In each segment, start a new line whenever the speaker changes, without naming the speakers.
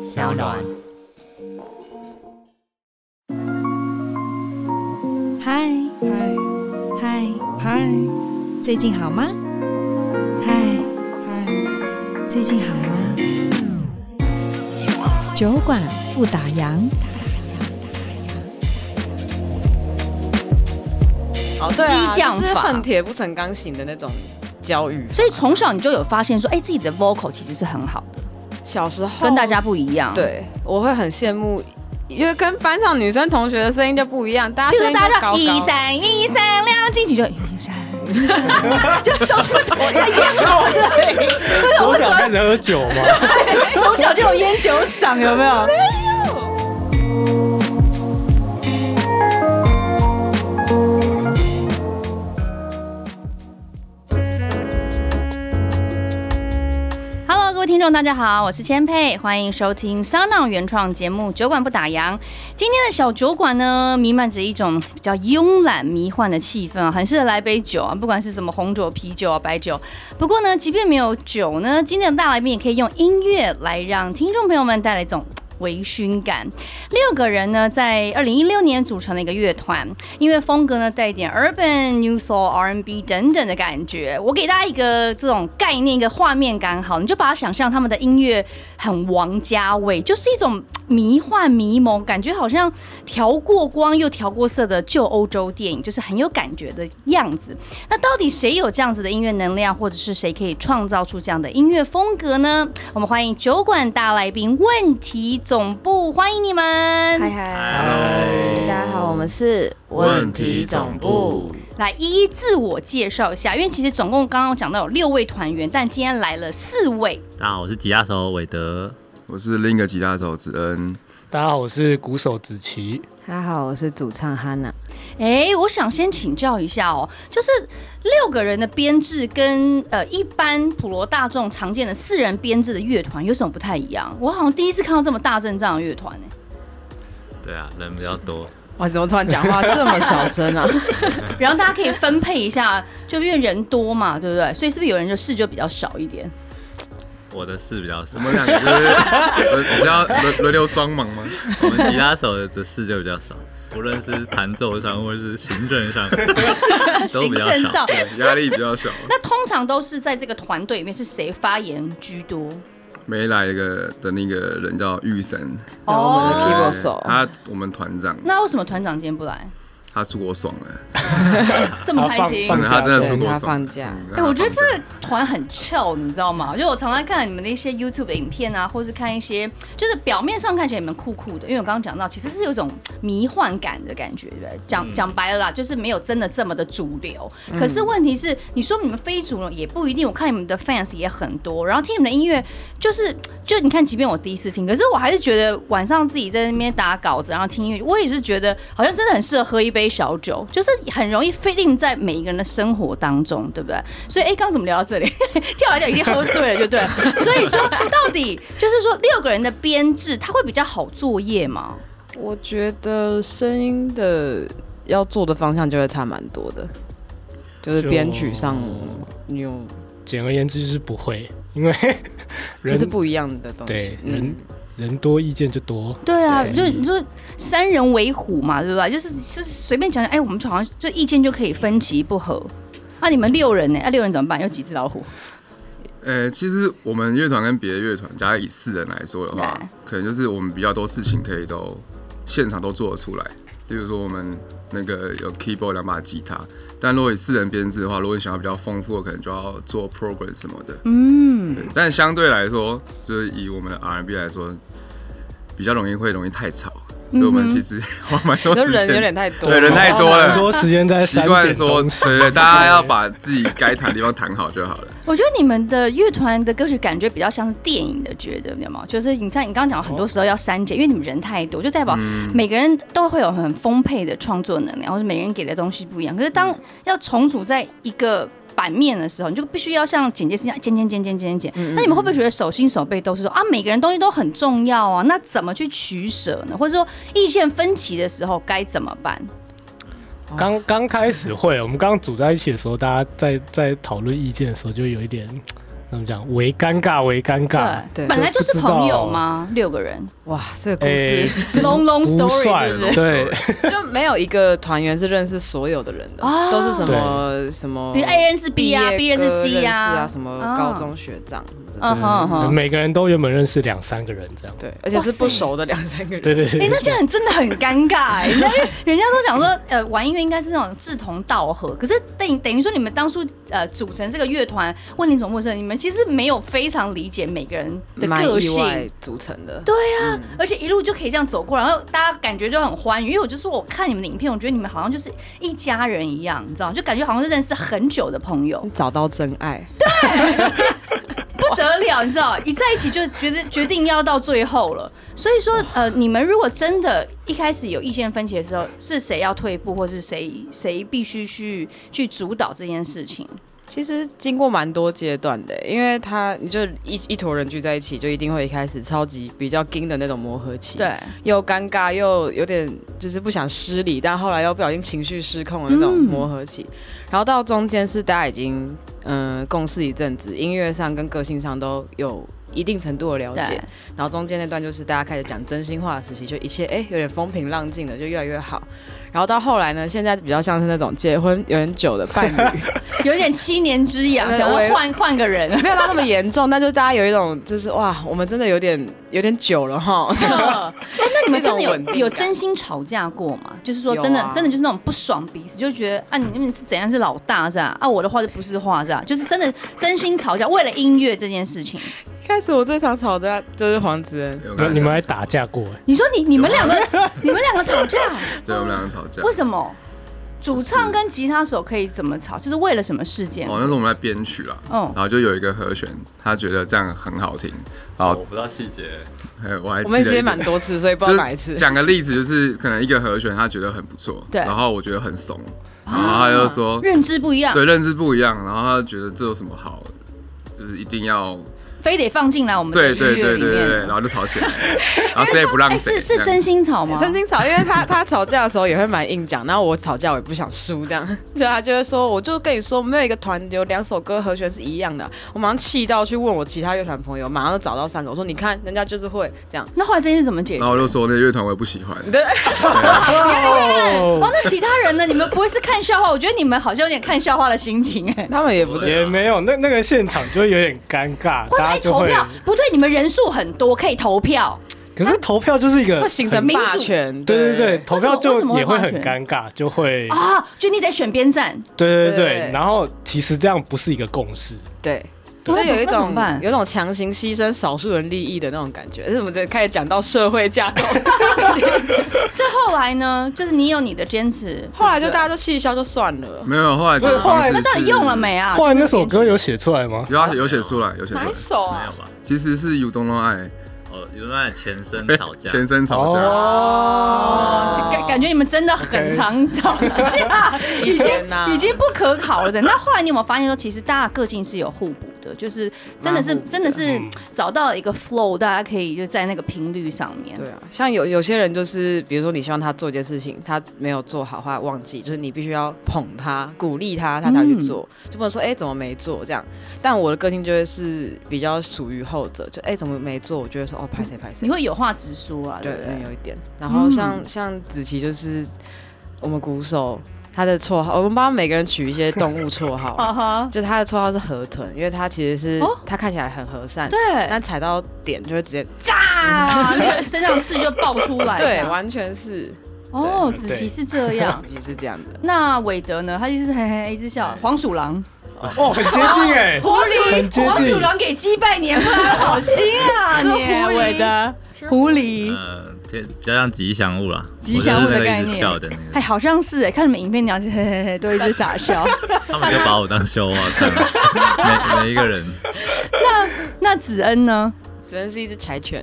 小 暖。
嗨
嗨
嗨，
嗨
最近好吗？嗨，
嗨，
最近好吗？酒馆不打烊。
哦对啊，
激将
就是
法
恨铁不成钢型的那种教育。
所以从小你就有发现说，哎、自己的 vocal 其实是很好的，
小时候
跟大家不一样。，
哦对，我会很羡慕，因为跟班上女生同学的声音就不一样，大
比
家声
如说
音
大
都
家
高
就一
高。
闪一闪亮晶晶，就一闪一闪， 就 从小我在烟火这里，
我想开始喝酒嘛，
从小就有烟酒嗓，有没有？Hello，各位听众，大家好，我是千佩，欢迎收听商浪原创节目《酒馆不打烊》。今天的小酒馆呢，弥漫着一种比较慵懒迷幻的气氛啊，很适合来杯酒啊，不管是什么红酒、啤酒啊、白酒。不过呢，即便没有酒呢，今天的大来宾也可以用音乐来让听众朋友们带来一种。微醺感，六个人呢，在二零一六年组成了一个乐团，因为风格呢带一点 urban、new soul、R&B 等等的感觉。我给大家一个这种概念，一个画面感，好，你就把它想象他们的音乐很王家卫，就是一种迷幻迷蒙，感觉好像调过光又调过色的旧欧洲电影，就是很有感觉的样子。那到底谁有这样子的音乐能量，或者是谁可以创造出这样的音乐风格呢？我们欢迎酒馆大来宾问题总部，欢迎你们！
嗨嗨，大家好，我们是
问题总部，
来一一自我介绍一下，因为其实总共刚刚讲到有六位团员，但今天来了四位。
大家好，我是吉他手韦德。
我是另一个吉他手子恩，
大家好，我是鼓手子琪。
大家好，我是主唱 Hanna。
哎，我想先请教一下哦，就是六个人的编制跟呃一般普罗大众常见的四人编制的乐团有什么不太一样？我好像第一次看到这么大阵仗的乐团呢、
对啊，人比较多，
哇，怎么突然讲话这么小声啊？
然后大家可以分配一下， 就因为人多嘛，对不对？所以是不是有人就事就比较少一点？
我的事比较少
我。们两个是轮比较轮轮流装忙吗？
我们吉他手的事就比较少，无论是弹奏上或是行政上，都
行
比较
政
少
上。，
压力比较小，
那通常都是在这个团队里面是谁发言居多？
没来一个的那个人叫玉神，
然后我们的哦 keyboard 手，
他我们团长，
哦那为什么团长今天不来？
他出国爽了，
这么开心？
放
真
放
的，他真的
假
出国
他
爽
放
了。
假，
嗯
哎、我觉得这个团很 chill，你知道吗？就我常常看你们的一些 YouTube 的影片啊，或是看一些，就是表面上看起来你们酷酷的，因为我刚刚讲到，其实是有一种迷幻感的感觉的。讲
嗯
讲白了啦，就是没有真的这么的主流。可是问题是，你说你们非主流也不一定，我看你们的 fans 也很多，然后听你们的音乐，就是就你看，即便我第一次听，可是我还是觉得晚上自己在那边打稿子，然后听音乐，我也是觉得好像真的很适合喝一杯小酒，就是很容易 fit in 在每一个人的生活当中，对不对？所以，哎、刚怎么聊到这里？跳来跳已经喝醉了，就对了。所以说，到底就是说六个人的编制，它会比较好作业吗？
我觉得声音的要做的方向就会差蛮多的，就是编曲上你有
简而言之就是不会，因为
就
人
是不一样的东西。
对
嗯
人人多意见就多，
对啊，
对
就你说三人为虎嘛，对吧？就是就是随便讲讲，哎、我们好像就意见就可以分歧不合。啊，你们六人呢、啊，六人怎么办？有几只老虎？
呃，其实我们乐团跟别的乐团，加以四人来说的话
对，
可能就是我们比较多事情可以都现场都做得出来。例如说我们那个有 keyboard 两把吉他，但如果以四人编制的话，如果你想要比较丰富的，可能就要做 program 什么的。
嗯，
对，但相对来说，就是以我们的 R&B 来说，比较容易会容易太吵，所以我们其实花蛮多
就
时间，
嗯人有点太多，
对人太多
很
了，
多时间在
习
删
惯
减
说，
东西。
对对，大家要把自己该弹的地方弹好就好了。
我觉得你们的乐团的歌曲感觉比较像是电影的，觉得你知道吗？就是你看，你刚刚讲很多时候要删减，因为你们人太多，就代表每个人都会有很丰沛的创作能量，或者每个人给的东西不一样。可是当要重组在一个版面的时候，你就必须要像剪接师一样剪剪剪剪剪剪。那你们会不会觉得手心手背都是说啊，每个人东西都很重要啊？那怎么去取舍呢？或者说意见分歧的时候该怎么办？
刚刚开始会，我们刚组在一起的时候，大家在在讨论意见的时候，就有一点怎么讲，为尴尬为尴尬，
对
本来就是朋友嘛，六个人
哇，这个故事、
，long long
不
story
算
是不是？
对，
就没有一个团员是认识所有的人的，
哦
都是什么什么，
比如 A 认识 B 啊
业
，B 认识
哥
C
认识
啊
啊，什么
哦
高中学长什么的，
嗯哼哼。
每个人都原本认识两三个人这样。
对，而且是不熟的两三个人，
对对
哎、
对，
那这样真的很尴尬、 欸。人家人家都讲说，呃，玩音乐应该是那种志同道合，可是等等于说你们当初呃组成这个乐团，问你总陌生，你们其实没有非常理解每个人的
蛮
个
意
性。
外嗯组成的。
对啊，而且一路就可以这样走过，然后大家感觉就很欢愉。因为我就说，我看你们的影片，我觉得你们好像就是一家人一样，你知道，就感觉好像是认识很久的朋友，
找到真爱，
不得了，你知道，一在一起就决定决定要到最后了。所以说，呃，你们如果真的一开始有意见分歧的时候，是谁要退步，或是谁谁必须去去主导这件事情？
其实经过蛮多阶段的，因为他你就一一坨人聚在一起，就一定会一开始超级比较硬的那种磨合期，，
对，
又尴尬又有点就是不想失礼，但后来又不小心情绪失控的那种
嗯
磨合期，然后到中间是大家已经嗯、呃共事一阵子，音乐上跟个性上都有一定程度的了解
对，，
然后中间那段就是大家开始讲真心话的时期，就一切哎有点风平浪静的，就越来越好。然后到后来呢，现在比较像是那种结婚有点久的伴侣，
有点七年之痒，
对
想要
我也
换换个人。
没有到那么严重，但就大家有一种就是哇，我们真的有点有点久了哈。
哎、 那你们真的
那种稳定
有
感
有真心吵架过吗？就是说，真的、
有啊
真的就是那种不爽彼此，就觉得啊，你们是怎样是老大是吧？啊，我的话就不是话是吧？就是真的真心吵架，为了音乐这件事情。
一开始我最常吵的就是黄子恩，
我
你
跟
们你们还
讲
打架过？哎
你说你你们两个你们两个吵架，
对，我们两个吵架。
为什么？主唱跟吉他手可以怎么吵？就是为了什么事件？
哦，那时候我们在编曲啦，
嗯
然后就有一个和弦，他觉得这样很好听，然
我
后
不知道细节，
哎我还
我们其
记
实
得一个
蛮多次，所以不知
就
道
是
哪一次。
讲个例子，就是可能一个和弦他觉得很不错，
对啊
然后我觉得很怂，然后他就说，
认知不一样，
对，认知不一样，然后他觉得这有什么好，就是一定要，
非得放进来我们的
对
音乐
对
里面。
对对对对，然后就吵起来， 然后谁也不
哎
让谁，
是是
这样
真心吵
啊
吗？
曾经吵，因为他他吵架的时候也会蛮硬讲，然后我吵架我也不想输，这样，对啊， 就会说，我就跟你说，没有一个团有两首歌和弦是一样的，我马上气到去问我其他乐团朋友，马上就找到三个，我说你看人家就是会这样，
那后来这件事怎么解决
然后？我就说那乐团我也不喜欢，
对，
哦，那其他人呢？你们不会是看笑话？我觉得你们好像有点看笑话的心情哎、
他们也不对，
也没有，那那个现场就会有点尴尬，
或是
大
哎、
家就
投
会。
票不对，你们人数很多，可以投 票。
可是投票就是一个
会，形成
民主
霸权，
对对对，投票就
为什么会
也会
霸
很
权
尴尬，就会，
啊，就你得选边站，
对对对
对。
然后其实这样不是一个共识，
对。
对
就有一
那怎
种
么办
有一种强行牺牲少数人利益的那种感觉，怎么在开始讲到社会架构？
所以后来呢，就是你有你的坚 持，
后来就大
家
家都气消就算了。
没有，后来这个方式
那到底
是
用了？没啊？
后来那首歌有写出来吗？
有啊有写出来，有写出
哪
来
一，首
没有
啊？
吧？
其实是《You Don't Know I
哦，有那前身》吵架，
前身吵架。
哦
哦，就感感觉你们真的很常吵 架，已
以
经
前呐
已经不可考了的。那后来你有没有发现说，其实大家个性是有互补的，就是真的是
蛮互补的
真的是找到了一个 flow，大家可以就在那个频率上面。
对啊，像有有些人就是，比如说你希望他做一件事情，他没有做好，或者忘记，就是你必须要捧他、鼓励他，他才会去做，
嗯
就不能说哎、怎么没做这样。但我的个性就会是比较属于后者，就哎、怎么没做，我就会说哦拍谁拍谁
你，会嗯有话直说啊，对
对
不，
嗯
对？
有一点。然后像、像子琪就是我们鼓手，他的绰号，我们帮每个人取一些动物绰 号，
啊哈，
就他的绰号是河豚，因为他其实是、
哦
他看起来很和善，
对，
但踩到点就会直接
啊，那个身上刺就爆出来。
对，完全是，
哦，
对
子琪是这样。
其实是这样的。
那韦德呢？他就是嘿嘿一直笑，黄鼠狼，
哦，很接近哎，
狐
很
狸，
接
黄鼠
近。
狼给鸡拜年，好心 啊你！
伟的狐狸，
呃，天比较像吉祥物啦，
吉祥物的
我就是那
概
个一直
念
笑的那个
哎，，好像是哎，看你们影片聊，嘿嘿嘿，都一直傻 笑。
他们就把我当笑话 看了，每每一个人。
那子恩呢？
只能是一只柴犬，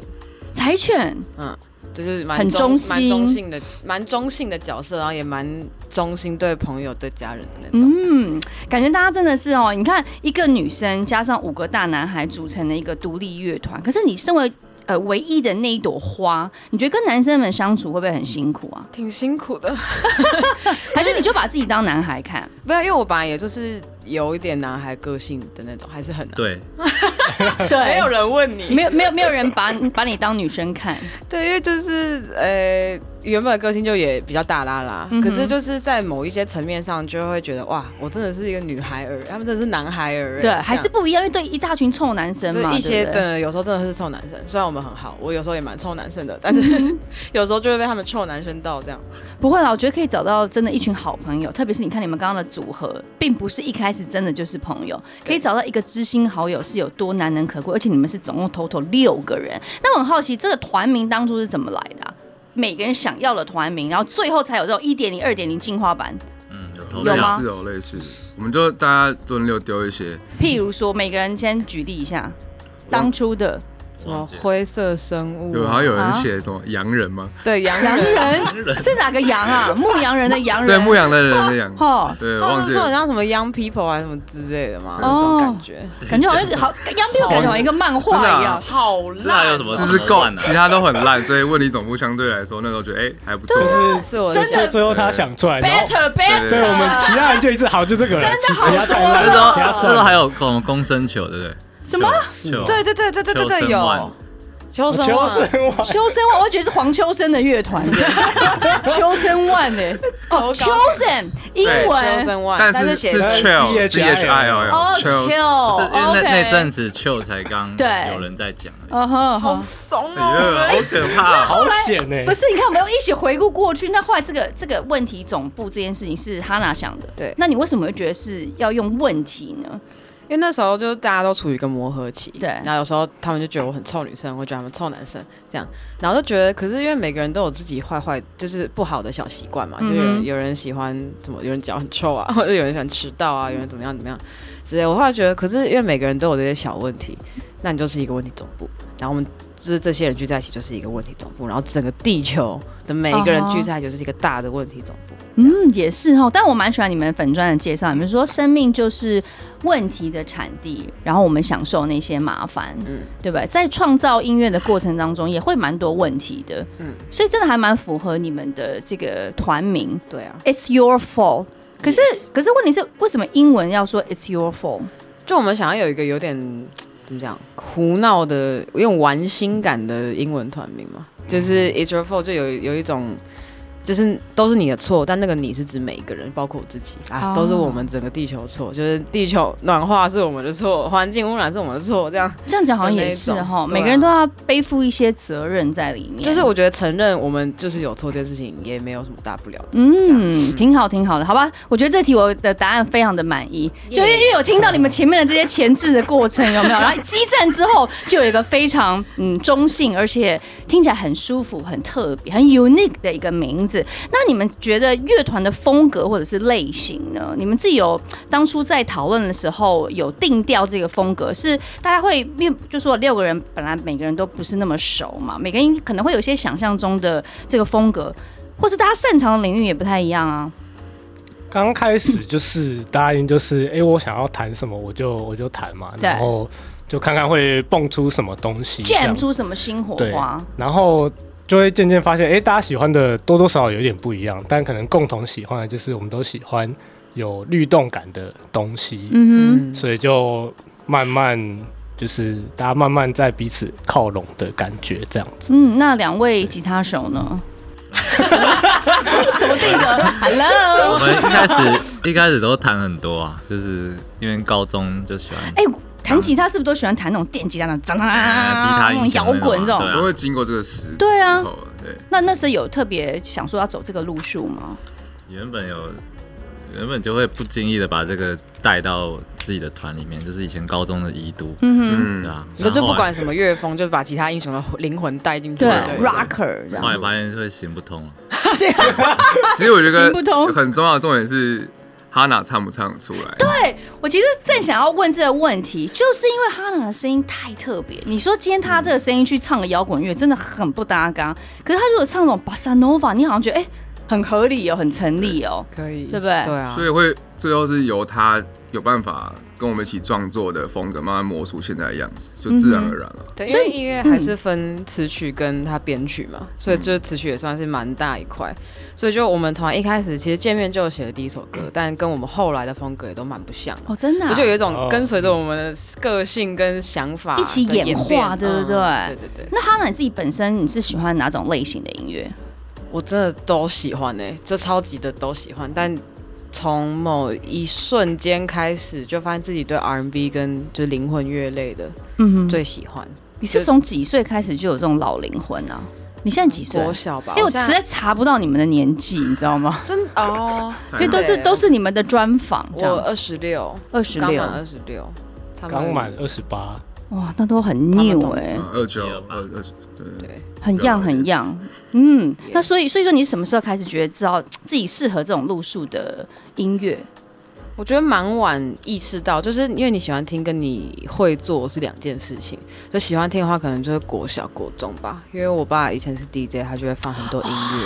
柴犬，
就是蛮
很中性
蛮中性的，蛮中性的角色，然后也蛮忠心对朋友、对家人的那种。
嗯，感觉大家真的是哦，你看一个女生加上五个大男孩组成的一个独立乐团，可是你身为呃唯一的那一朵花，你觉得跟男生们相处会不会很辛苦 啊？
挺辛苦的，
还是你就把自己当男孩看？
不要，因为我本来也就是有一点男孩个性的那种，还是很难。
对，
对，
没有人问你，
没有没有没有人把你把你当女生看，
对，因为就是呃，原本的个性就也比较大啦啦，
嗯哼
可是就是在某一些层面上，就会觉得哇，我真的是一个女孩儿，他们真的是男孩儿欸，
对，
这样
还是不一样，因为对一大群臭男生嘛，
对一些
对不对
对，有时候真的是臭男生。虽然我们很好，我有时候也蛮臭男生的，但是有时候就会被他们臭男生到这样。
不会啦，我觉得可以找到真的一群好朋友，特别是你看你们刚刚的组合，并不是一开始真的就是朋友，可以找到一个知心好友是有多难能可贵，而且你们是总共 total 六个人。那我很好奇，这个团名当初是怎么来的啊、每个人想要的团名，然后最后才有这种一点零、二点零进化版。
嗯，有
有
同
类
类
吗
似哦，类似。我们就大家轮流丢一些，
譬如说，每个人先举例一下当初的
什么灰色生物
有
啊？
好像有人
啊
写什么洋人吗？
对洋
洋
人，
人
人
是哪个羊啊？牧羊人的羊人，
对，牧羊的人的洋。
哦，
对，
他
忘
们
记
说很
了。
像什么 Young People 啊什么之类的嘛，
哦
那种感觉。
感觉好像好羊皮，感觉好像一个漫画一
真的
样
啊。
好
这还有什么啊
就是够，
呢
其？他都很烂，所以问你总部相对来说那时候觉得哎、还不错，
就是
是我
真的
就最后他想出来，然后
Better,
对
对
better。
我们其他人就一直好就这个人，其其他太烂
那时候
了，其他
那时候
算
还有什么公生球，对不对？
什么？
球？
对对对对对对
求
对，
生万
有求生
求
万
生万
秋生万，我会觉得是黄秋生的乐团，秋生万哎，哦，秋生英
求
文
生万，
但
是
是
写
是 chill
C
C H
H I
I
L
L
哦
L chill，
不是因
哦
为那
，chill，
那阵子球才刚
对
有人在讲而啊已，
哦呵好。
怂
哎呀好可怕哦！
好险欸呢、
不是，你看我们要一起回顾过去。那后来这个这个问题总部这件事情是哈娜想的，
对
那你为什么会觉得是要用问题呢？
因为那时候就大家都处于一个磨合期，
对
然后有时候他们就觉得我很臭女生，我觉得他们臭男生这样，然后就觉得，可是因为每个人都有自己坏坏，就是不好的小习惯嘛，就有
嗯哼
人有人喜欢什么，有人脚很臭啊，或者有人喜欢迟到啊，有人怎么样怎么样之类的。我后来觉得，可是因为每个人都有这些小问题，那你就是一个问题总部，然后我们。就是这些人聚在一起就是一个问题总部，然后整个地球的每一个人
哦
聚在一起就是一个大的问题总部。
嗯，也是哦，但我蛮喜欢你们粉砖的介绍，你们说生命就是问题的产地，然后我们享受那些麻烦，嗯
嗯，
对吧？在创造音乐的过程当中，也会蛮多问题的，嗯
嗯，
所以真的还蛮符合你们的这个团名
对啊，
，It's Your Fault。可是可是问题是，为什么英文要说 It's Your Fault？
就我们想要有一个有点怎么讲胡闹的、用玩心感的英文团名嘛，就是
嗯
It's Your Fault 就有有一种。就是都是你的错，但那个你是指每一个人，包括我自己啊
哦
都是我们整个地球错。就是地球暖化是我们的错，环境污染是我们的错，这样。
这样讲好像也是哈，
就那一种对啊
每个人都要背负一些责任在里面，
就是我觉得承认我们就是有错这件事情，也没有什么大不了的。
嗯，挺好，挺好的，好吧？我觉得这题我的答案非常的满意，就因为因为有听到你们前面的这些前置的过程，有没有？然后激战之后，就有一个非常嗯中性，而且听起来很舒服、很特别、很 unique 的一个名字。那你们觉得乐团的风格或者是类型呢？你们自己有当初在讨论的时候有定调这个风格，是大家会因为就说六个人本来每个人都不是那么熟嘛，每个人可能会有一些想象中的这个风格。或是大家擅长的领域也不太一样啊。
刚开始就是答应，就是哎、诶我想要谈什么我就我就谈嘛，
对
然后就看看会蹦出什么东西这
jam
样，
出什么新火
对
花？
然后就会渐渐发现，哎、大家喜欢的多多少少有点不一样，但可能共同喜欢的就是我们都喜欢有律动感的东西，
嗯
所以就慢慢就是大家慢慢在彼此靠拢的感觉这样子。
哼，嗯，那两位吉他手呢？怎么定的
我
？Hello，
们一开始一开始都谈很多啊，就是因为高中就喜欢
哎，弹吉他是不是都喜欢弹那种电吉他那种当当
啊吉他
那种
音响
摇滚这
那
种
种？
都会经过这个时
啊对啊
时候对，
那那时候有特别想说要走这个路数吗？
原本有原本就会不经意的把这个带到自己的团里面，就是以前高中的遗都，
嗯
对
嗯，
啊，
你说就
然后后
不
来
管什么乐风，就把其他英雄的灵魂带进
哼，
去。
对
对
，rocker 这
后
样。
来发现会行不通啊了，
其实我觉
行不通
得很重要的重点是哈娜唱不唱得出来，
对，我其实正想要问这个问题，就是因为哈娜的声音太特别。你说今天她这个声音去唱个摇滚乐，真的很不搭嘎。可是她如果唱那种巴 a 诺 s 你好像觉得哎、很合理哦，很成立哦。
可以，
对不对
对啊
所，以会最后是由她有办法跟我们一起创作的风格，慢慢磨出现在的样子，就自然而然了、
对，因
所以嗯
为音乐还是分词曲跟它编曲嘛，所以这词曲也算是蛮大一块。所以就我们团一开始其实见面就写了第一首歌，但跟我们后来的风格也都蛮不像的。
哦，真嗯的啊、
这就有一种
哦
跟随着我们的个性跟想法
一起
的
演
变
化对不
嗯
对
对对对，
那哈娜你自己本身你是喜欢哪种类型的音乐？
我真的都喜欢呢、就超级的都喜欢，但。从某一瞬间开始，就发现自己对 R&B 跟就灵魂乐类的
嗯哼，
最喜欢。
你是从几岁开始就有这种老灵魂啊？你现在几岁啊？
国小吧，
因为我
现
实
在
在查不到你们的年纪，你知道吗？
真哦，
这都是
对
都是你们的专访，这
我
样
二十六，
二十
刚
六
满，二十六，他们
刚满二十八，
哇，那都很
他们
new
懂
哎、
啊，二九
有吧
二二九，对，
对，
很
对啊
样
我觉
很
得
样，嗯
Yeah
那所以所以说你是什么时候开始觉得知道自己适合这种路数的音乐？
我觉得蛮晚意识到，就是因为你喜欢听跟你会做是两件事情。就喜欢听的话，可能就是国小、国中吧，因为我爸以前是 DJ，他就会放很多音乐。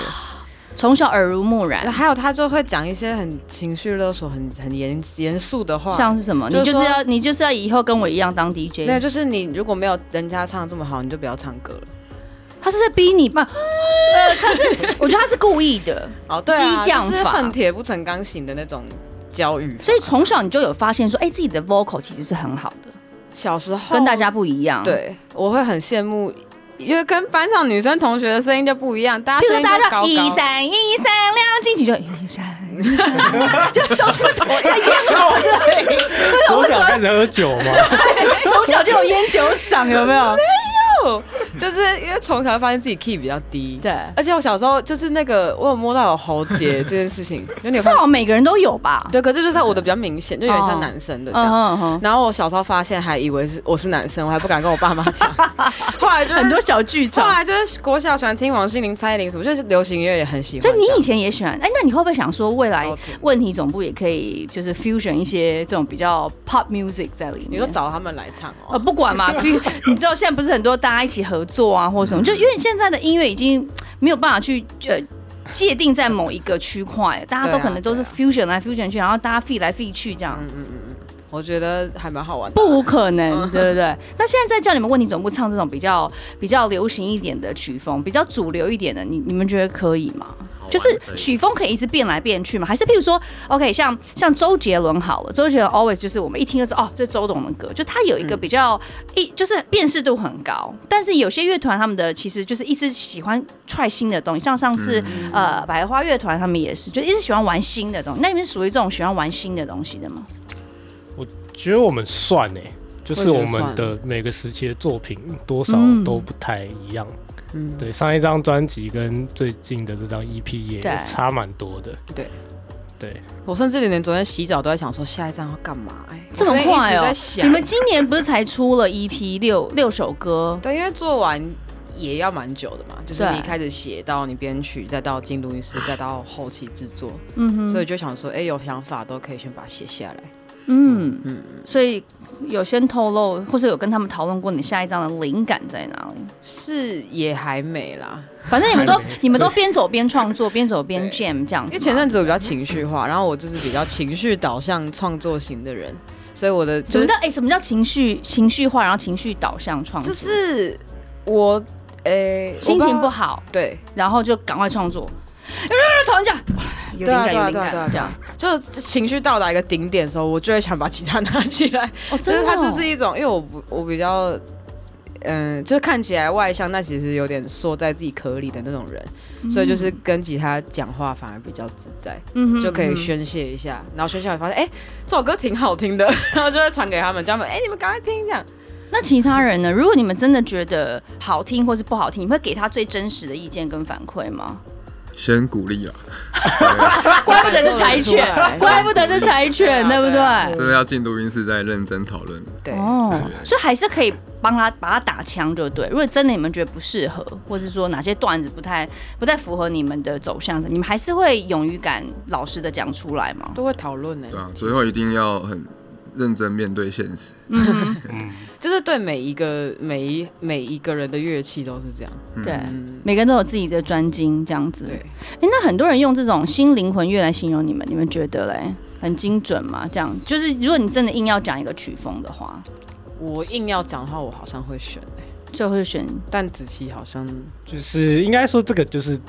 从小耳濡目
那
染，
还有他就会讲一些很情绪勒索、很很严严肃的话，
像是什么？你
啊就是
就是
说
要你就是要以后跟我一样当
没有，
DJ，
就是你如果没有人家唱得这么好，你就不要唱歌了。
他是在逼 你吧？呃，他是 我觉得他是故意的，
哦，对啊，
激将
就是
法
恨铁不成钢型的那种教育。
所以从小你就有发现说，哎、自己的 vocal 其实是很好的，
小时候
跟大家不一样。，
哦对，我会很羡慕，因为跟班上女生同学的声音就不一样，大家
譬如
声
说
音都
大家
高高。
就一闪一闪亮晶晶，就一闪一 闪，就从小就在烟火这里，
我想开始喝酒嘛，
从小就有烟酒嗓，有没有？
就是因为从小发现自己 key 比较低，
对，
而且我小时候就是那个，我有摸到有喉结这件事 情，就你有
至
发
少每个人都有吧？
对，可是就是我的比较明显，就有点像男生的这
嗯
样。
哼哼，
然后我小时候发现，还以为是我是男生，我还不敢跟我爸妈讲。 后来就是
啊很多小剧
后
场。
来就是国小喜欢听王心凌、蔡依林什么，就是流行音乐也很喜欢这
所以
样。
你以前也喜欢，哎，那你会不会想说未来
都听
问题总部也可以就是 fusion 一些这种比较 pop music 在里面？
你说找他们来唱
呃，
哦？
不管 嘛，比如你知道现在不是很多大家一起合作啊，或什
嗯
么，就因为现在的音乐已经没有办法去呃界定在某一个区块，大家都
对啊
可能都是
对啊
fusion 来 fusion 去，然后大家 feed 来 feed 去这样，
我觉得还蛮好玩的。
不可能，对不对？那现在在叫你们问题总部唱这种比较比较流行一点的曲风，比较主流一点的，你你们觉得可以吗？就是曲风可以一直变来变去嘛？还是譬如说，OK，像像周杰伦好了，周杰伦 always 就是我们一听就知道哦，这是周董的歌，就他有一个比较、一就是辨识度很高。但是有些乐团他们的其实就是一直喜欢踹新的东西，像上次、呃百合花乐团他们也是，就一直喜欢玩新的东西。那你们是属于这种喜欢玩新的东西的吗？
觉得我们算哎、就是
我
我
也觉得
们的每个时期的作品多少
嗯
都不太一样。
嗯，
对，上一张专辑跟最近的这张 EP 也
对
差蛮多的。
对，
对，
我甚至连昨天洗澡都在想说下一张要干嘛、哎，
这么快
我最近一直在！
哦
想
你们今年不是才出了 EP 六六首歌？
对，因为做完也要蛮久的嘛，就是
对啊
你开始写到你编曲，再到进录音室，再到后期制作，
嗯哼，
所以就想说，哎、有想法都可以先把它写下来。
嗯所以有先透露，或是有跟他们讨论过你下一张的灵感在哪里？
是也还没啦，
反正你们都
还没
你们都边走边创作，边走边
对
jam 这样子
因
嘛。
为前阵子我比较情绪化，然后我就是比较情绪导向创作型的人，所以我的
什
就
么
是
叫哎、什么叫情绪情绪化，然后情绪导向创作？
就是我，哎、
心情不
好，
好，
对，
然后就赶快 创作。呃吵完架，有灵
对啊
感
对
有
啊
灵
对啊对啊
感，这样
就情绪到达一个顶点的时候，我就会想把吉他拿起来，就
哦，真
是
的
它
哦
就是一种，因为我不我比较，嗯、就是看起来外向，但其实有点缩在自己壳里的那种人，所以就是跟吉他讲话反而比较自在，
嗯哼
就可以
嗯哼
宣泄一下。然后宣泄完发现，哎、这首歌挺好听的， 然后就会传给他们，叫他们，哎、你们赶快听这样。
那其他人呢？如果你们真的觉得好听或是不好听，你会给他最真实的意见跟反馈吗？
先鼓励啊啦，
怪不得是柴犬
感受得出，来
怪不得是柴犬，对
对啊
不
对啊
对？
真的要进录音室再认真讨论。
对，
哦，所以还是可以帮他把他打枪，就对。如果真的你们觉得不适合，或是说哪些段子不太不太符合你们的走向，你们还是会勇于敢老实的讲出来吗？
都会讨论呢
对，啊，最后一定要很认真面对现实。
就是对每一个每一每一个人的乐器都是这样。
对，
嗯，
每个人都有自己的专精，这样子。
对
诶，那很多人用这种新灵魂乐来形容你们，你们觉得嘞？很精准嘛。这样就是，如果你真的硬要讲一个曲风的话，
我硬要讲的话，我好像会选、欸，
最后会选
但子琪好像
就是应该说这个就是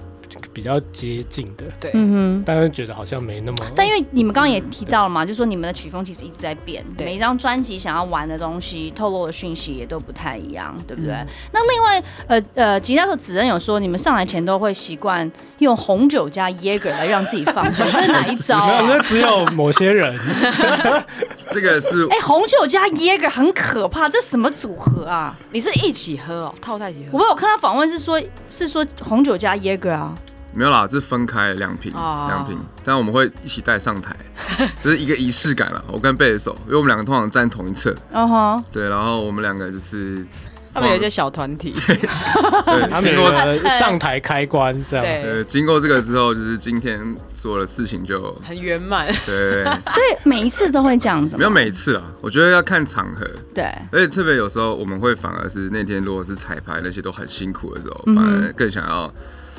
比较接近的，
对，
嗯哼。
但是觉得好像没那么。
但因为你们刚刚也提到了嘛，就说你们的曲风其实一直在变，
对
每一张专辑想要玩的东西、透露的讯息也都不太一样，对不对？那另外，呃呃，吉他手子任有说，你们上来前都会习惯用红酒加椰格来让自己放松，这是哪一招、
没有，
啊？
那只有某 些人，
这个是
哎、红酒加椰格很可怕，这什么组合啊？
你是一起喝哦，套在一起喝。
我们有看到访问是说，是说红酒加椰格啊，
没有啦，这分开两瓶，
哦
两瓶，但我们会一起带 上台，就是一个仪式感啦。啊我跟贝斯手，因为我们两个通常站同一侧，
嗯哼，
对，然后我们两个就是
他们有一些小团 体，
对
他们
经
有
过
个上台开关这样。
对，
呃经过这个之后，就是今天所有的事情就
很圆满。
对，
所以每一次都会这样子吗，
没有每一次啦，我觉得要看场合，
对，
而且特别有时候我们会反而是那天如果是彩排那些都很辛苦的时候，
嗯
反而更想要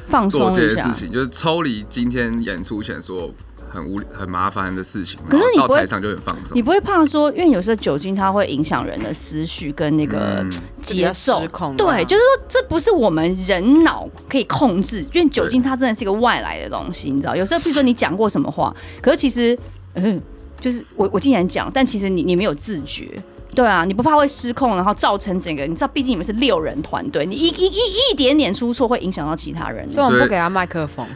放松
做这
一
些
下
事。情，就是抽离今天演出前所有很无很麻烦的事情，
可是你
然后
不会
到台上就很放松
你。不会怕说，因为有时候酒精它会影响人的思绪跟那个
嗯
节奏
就比较失控啊
对，就是说这不是我们人脑可以控制，因为酒精它真的是一个外来的东西，你知道？有时候比如说你讲过什么话，可是其实，嗯，就是我我竟然讲，但其实你你没有自觉。对啊，你不怕会失控，然后造成整个你知道，毕竟你们是六人团队，你一一一一点点出错会影响到其他人的。
所以我们不给他麦克风，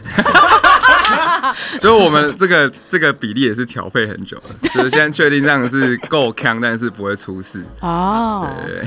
所以我们这个这个比例也是调配很久 了，就是现在确定这样是够强，但是不会出事。
哦，
对，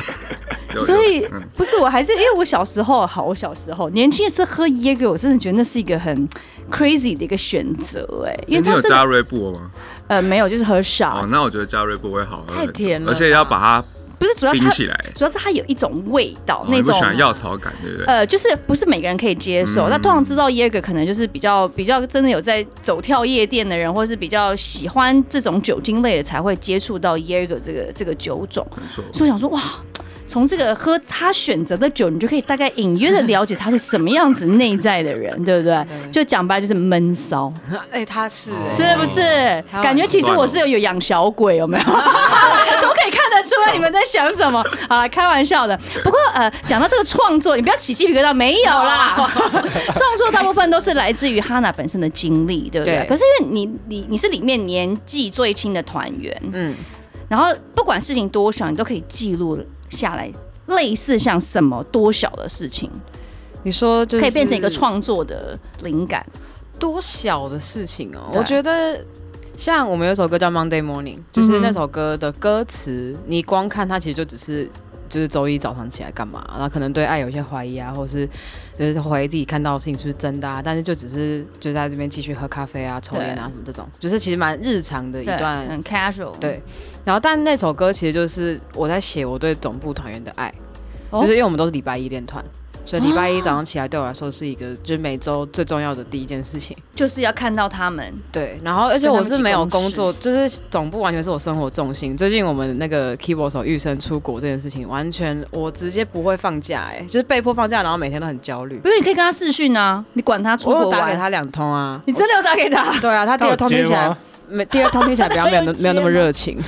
有
所以
有嗯
不是，我还是因为我小时候好，我小时候年轻的时候喝椰格，我真的觉得那是一个很 crazy 的一个选择哎，因为
你
它
有
这
加
个
瑞布吗？
呃没有，就是喝
哦
少，，
那我觉得加瑞布会好喝很多，
太甜了吧
而且要把它
不是主要是
冰
它
起来。
主要是它有一种味道，
哦
那
你不
种啊
喜欢药草感，对不对？
呃，就是不是每个人可以接受。
嗯
那通常知道 Jager 可能就是比较比较真的有在走跳夜店的人，或是比较喜欢这种酒精类的才会接触到 Jager 这个这个酒种。
没错，
所以我想说，哇，从这个喝他选择的酒，你就可以大概隐约的了解他是什么样子内在的人，对不对？哦就讲白就是闷骚，
哎，他是
是不是？感觉其实我是有有养小鬼，有没 有？都可以看得出来你们在想什么。好了，开玩笑的。不过呃，讲到这个创作，你不要起鸡皮疙瘩，没有啦。 创作大部分都是来自于哈娜本身的经历，对不对？
对
可是因为你你你是里面年纪最轻的团员，嗯
嗯，
然后不管事情多小，你都可以记录下来。类似像什么多小的事情，
你说就是
可以变成一个创作的灵感。
多小的事情哦。
对
我觉得像我们有一首歌叫《Monday Morning》，就是
嗯
那
哼
首歌的歌词，你光看它其实就只是。就是周一早上起来干嘛？然后可能对爱有一些怀疑啊，或是就是怀疑自己看到的事情是不是真的啊？但是就只是就在这边继续喝咖啡啊、抽烟啊什么这种，就是其实蛮日常的一
对，
段
很 casual。
对然后，但那首歌其实就是我在写我对总部团员的爱，
哦
就是因为我们都是礼拜一练团，所以礼拜一早上起来对我来说是一个就是每周最重要的第一件事情。
就是要看到他们。
对，然后而且
跟他
我
们
是
一起
没有
共
工作，就是总部完全是我生活重心。最近我们那个 keyboard 手预生出国这件事情，完全我直接不会放假、哎，就是被迫放假，然后每天都很焦虑。
不是，你可以跟他视讯啊，你管他出
我
国
有打给
玩。
他两通啊，
你真的有打给他？
对啊，他第
他有
二通听
接
起来
吗
没，第二通听起来比较 没有
有
那
接
没有那么
吗
热情，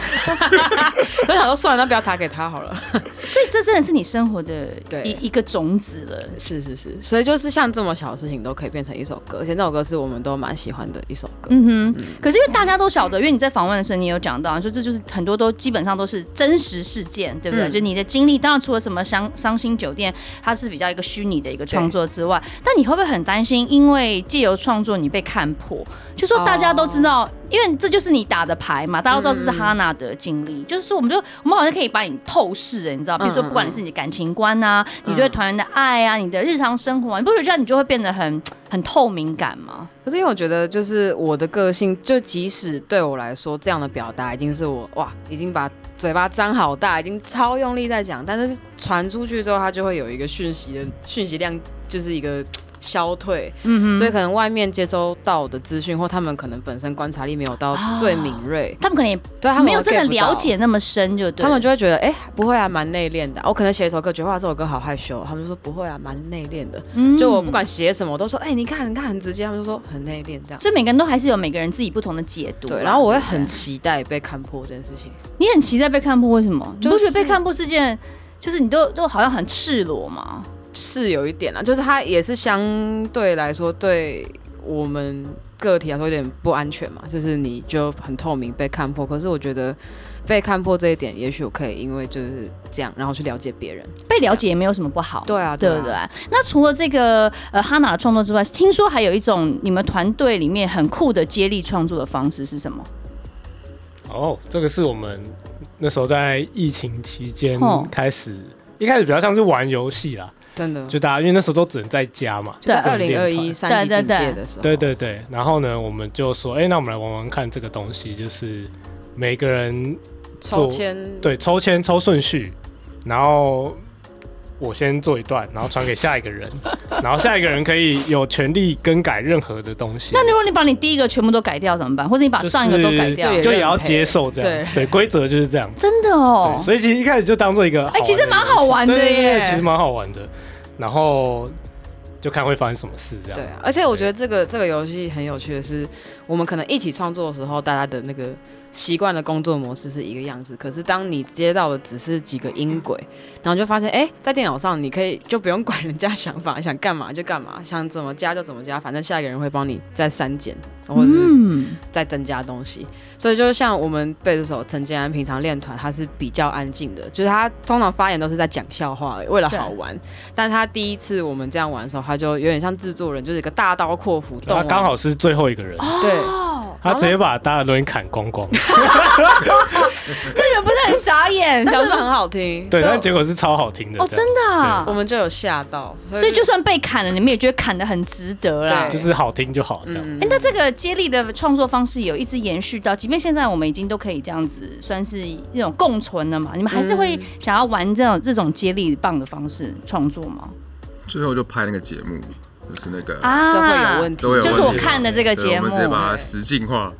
所以想说算了，那不要打给他好了。
所以这真的是你生活的
对
一一个种子了。
是是是，所以就是像这么小的事情都可以变成一首歌，而且那首歌是我们都蛮喜欢的一首歌。
嗯哼，可是因为大家都晓得，因为你在访问的时候，你有讲到，你说这就是很多都基本上都是真实事件，对不对？
嗯
就你的经历，当然除了什么伤伤心酒店，它是比较一个虚拟的一个创作之外，但你会不会很担心，因为借由创作你被看破？就说大家都知道，因为这就是你打的牌嘛，大家都知道这是哈娜的经历，就是说我们就我们好像可以把你透视，欸你知道，比如
嗯
说
嗯
不管你是你的感情观啊，你对团员的爱啊，你的日常生活啊，你不觉得这样你就会变得很很透明感吗？
可是因为我觉得，就是我的个性，就即使对我来说，这样的表达已经是我哇，已经把嘴巴张好大，已经超 用力在讲，但是传出去之后，它就会有一个讯息的讯息量，就是一个消退，
嗯
所以
哼，
可能外面接收到的资讯，或他们可能本身观察力没有到
啊
最敏锐，
他们可能也
对他们
没有真的
get 不到
了解那么深，就对了。
他们就会觉得，哎、不会啊，蛮内敛的啊。我可能写一首歌，觉得哇，这首歌好害羞。他们就说不会啊，蛮内敛的。
嗯
就我不，管写什么，我都说，哎、你看，你看，很直接。他们就说很内敛这样。
所以每个人都还是有每个人自己不同的解读啦。
对，然后我会
对不对
很期待被看破这件事情。
你很期待被看破，为什么？你
就
不觉得
是
被看破是件，就是你都都好像很赤裸吗？
是有一点啦，就是它也是相对来说对我们个体来说有点不安全嘛，就是你就很透明被看破。可是我觉得被看破这一点，也许我可以因为就是这样，然后去了解别人。
被了解也没有什么不好，
对啊
对
对啊
不对？那除了这个呃哈娜的创作之外，听说还有一种你们团队里面很酷的接力创作的方式是什么？
哦，这个是我们那时候在疫情期间
哦
开始，一开始比较像是玩游戏啦，
真的，就
就大家因为那时候都只能在家嘛，
在
对
二零二一三级
对对
警
对
戒的时候，
对对对，然后呢，我们就说，哎、那我们来玩玩看这个东西，就是每个人
抽
做
签
对抽签抽顺序，然后我先做一段，然后传给下一个 人，然后下一个人可以有权利更改任何的东西。
那如果你把你第一个全部都改掉怎么办？或者你把
就是
上一个都改掉？
这
就也要接受这
认
样，对规则就是这样。
真的哦
对，，所以其实一开始就当做一个好玩
哎
的游戏，
其实蛮好玩的
对对对
耶
其实蛮好玩的。然后就看会发生什么事这样。
对啊，而且我觉得这个这个游戏很有趣的是，我们可能一起创作的时候，大家的那个习惯的工作模式是一个样子。可是当你接到的只是几个音轨，
嗯
然后就发现，哎、在电脑上你可以就不用管人家想法，想干嘛就干嘛，想怎么加就怎么加，反正下一个人会帮你再删减，或者是
嗯，
再增加东西。所以就像我们贝斯手陈建安平常练团，他是比较安静的，就是他通常发言都是在讲笑话而已，为了好玩。但他第一次我们这样玩的时候，他就有点像制作人，就是一个大刀阔斧，动
他
完
啊刚好是最后一个人，
哦
对。
他直接把大家的东西砍光光。
那人不是很傻 眼，
但
想
是
说
很好听，
对，
所以
但结果是超好听的。
哦，
这样
真的
我
啊，
们就有吓到，所
所以就算被砍了，你们也觉得砍的很值得啦
对。
就是好听就好这样。
嗯
哎、，那这个接力的创作方式有一直延续到，即便现在我们已经都可以这样子，算是那种共存了嘛？你们还是会想要玩这种这种接力棒的方式创作吗？
最后就拍那个节目，就是那个
啊
这会有问题
都，有
就是
问
我
题
看的这个
对
节
我
目
们，直接把它实境化，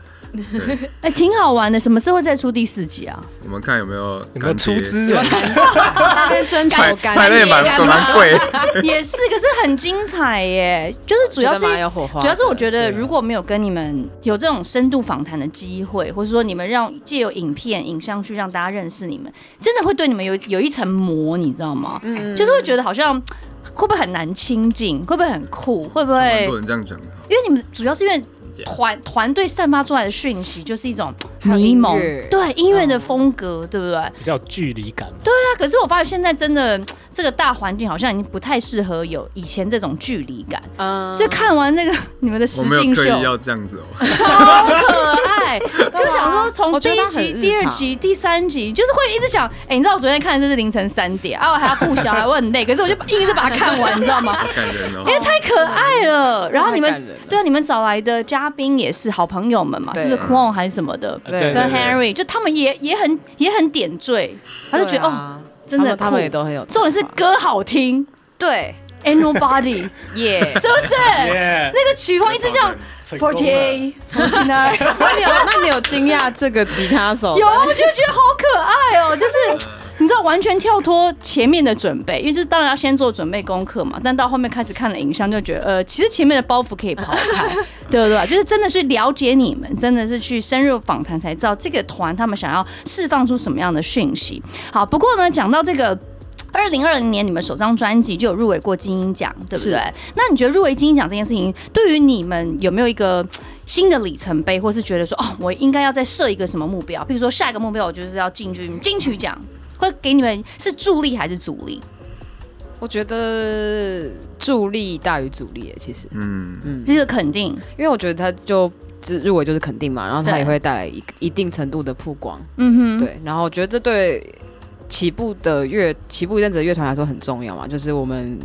哎、挺好玩的。什么时候再出第四集 啊？
我们看有没有
有没有
干爹
出资啊人？
那边征求
排
干
排
爹
的也蛮
干爹
蛮贵，
也是，可是很精彩耶。就是主要
觉
是
得蛮有火花的，
主要是我觉得，
对啊
如果没有跟你们有这种深度访谈的机会，或是说你们让借由影片、影像去让大家认识你们，真的会对你们有有一层膜，你知道吗？
嗯
就是会觉得好像会不会很难亲近，会不会很酷，会不
很
会？
多人这样讲的。
因为你们主要是因为团团队散发出来的讯息就是一种迷蒙
还有音乐，嗯
对音乐的风格，对不对？
比较有距离感嘛。
那可是我发现现在真的这个大环境好像已经不太适合有以前这种距离感，
嗯
所以看完那个 你们的实
我没有
境
刻
秀，
意要这样子哦，
好可 爱。就想说从
啊我觉
第
得
一
它很
集、
日
第二
常
集、第三集，就是会一直想，哎、你知道我昨天看的是凌晨三点，啊，我还要顾小孩，我 很累，可是我就硬是把它看完，你知道吗？
感人 哦。
太可爱了。然后你
太感
们
人了
对啊，你们找来的嘉宾也是好朋友们嘛，
对啊
是不是 Quan 还是什么的？
对
跟
啊对对
Henry 就他们也也很也很点缀，他就觉得、哦，
哦，
真的
他们他们
酷
也都很有才华，
重点是歌好听
对
，And Nobody
耶，
是不是？
耶，
那个曲风一直这样
成功了
Forty Eight Forty Nine。
那你有那你有惊讶这个吉他手
有，我就觉得好可爱哦、就是你知道，完全跳脱前面的准备，因为就是当然要先做准备功课嘛，但到后面开始看了影像，就觉得呃，其实前面的包袱可以抛开，对不对？就是真的是了解你们，真的是去深入访谈才知道这个团他们想要释放出什么样的讯息。好，不过呢，讲到这个。二零二零年，你们首张专辑就有入围过金鹰奖，对不对？那你觉得入围金鹰奖这件事情，对于你们有没有一个新的里程碑，或是觉得说，哦，我应该要再设一个什么目标？譬如说，下一个目标我就是要进军金曲奖，会给你们是助力还是阻力？
我觉得助力大于阻力耶，其实，
嗯，
这个肯定，
因为我觉得他就只入围就是肯定嘛，然后他
对
也会带来一一定程度的曝光，
嗯哼，，
对，然后我觉得这对起步的乐起步一阵子的乐团来说很重要嘛，就是我们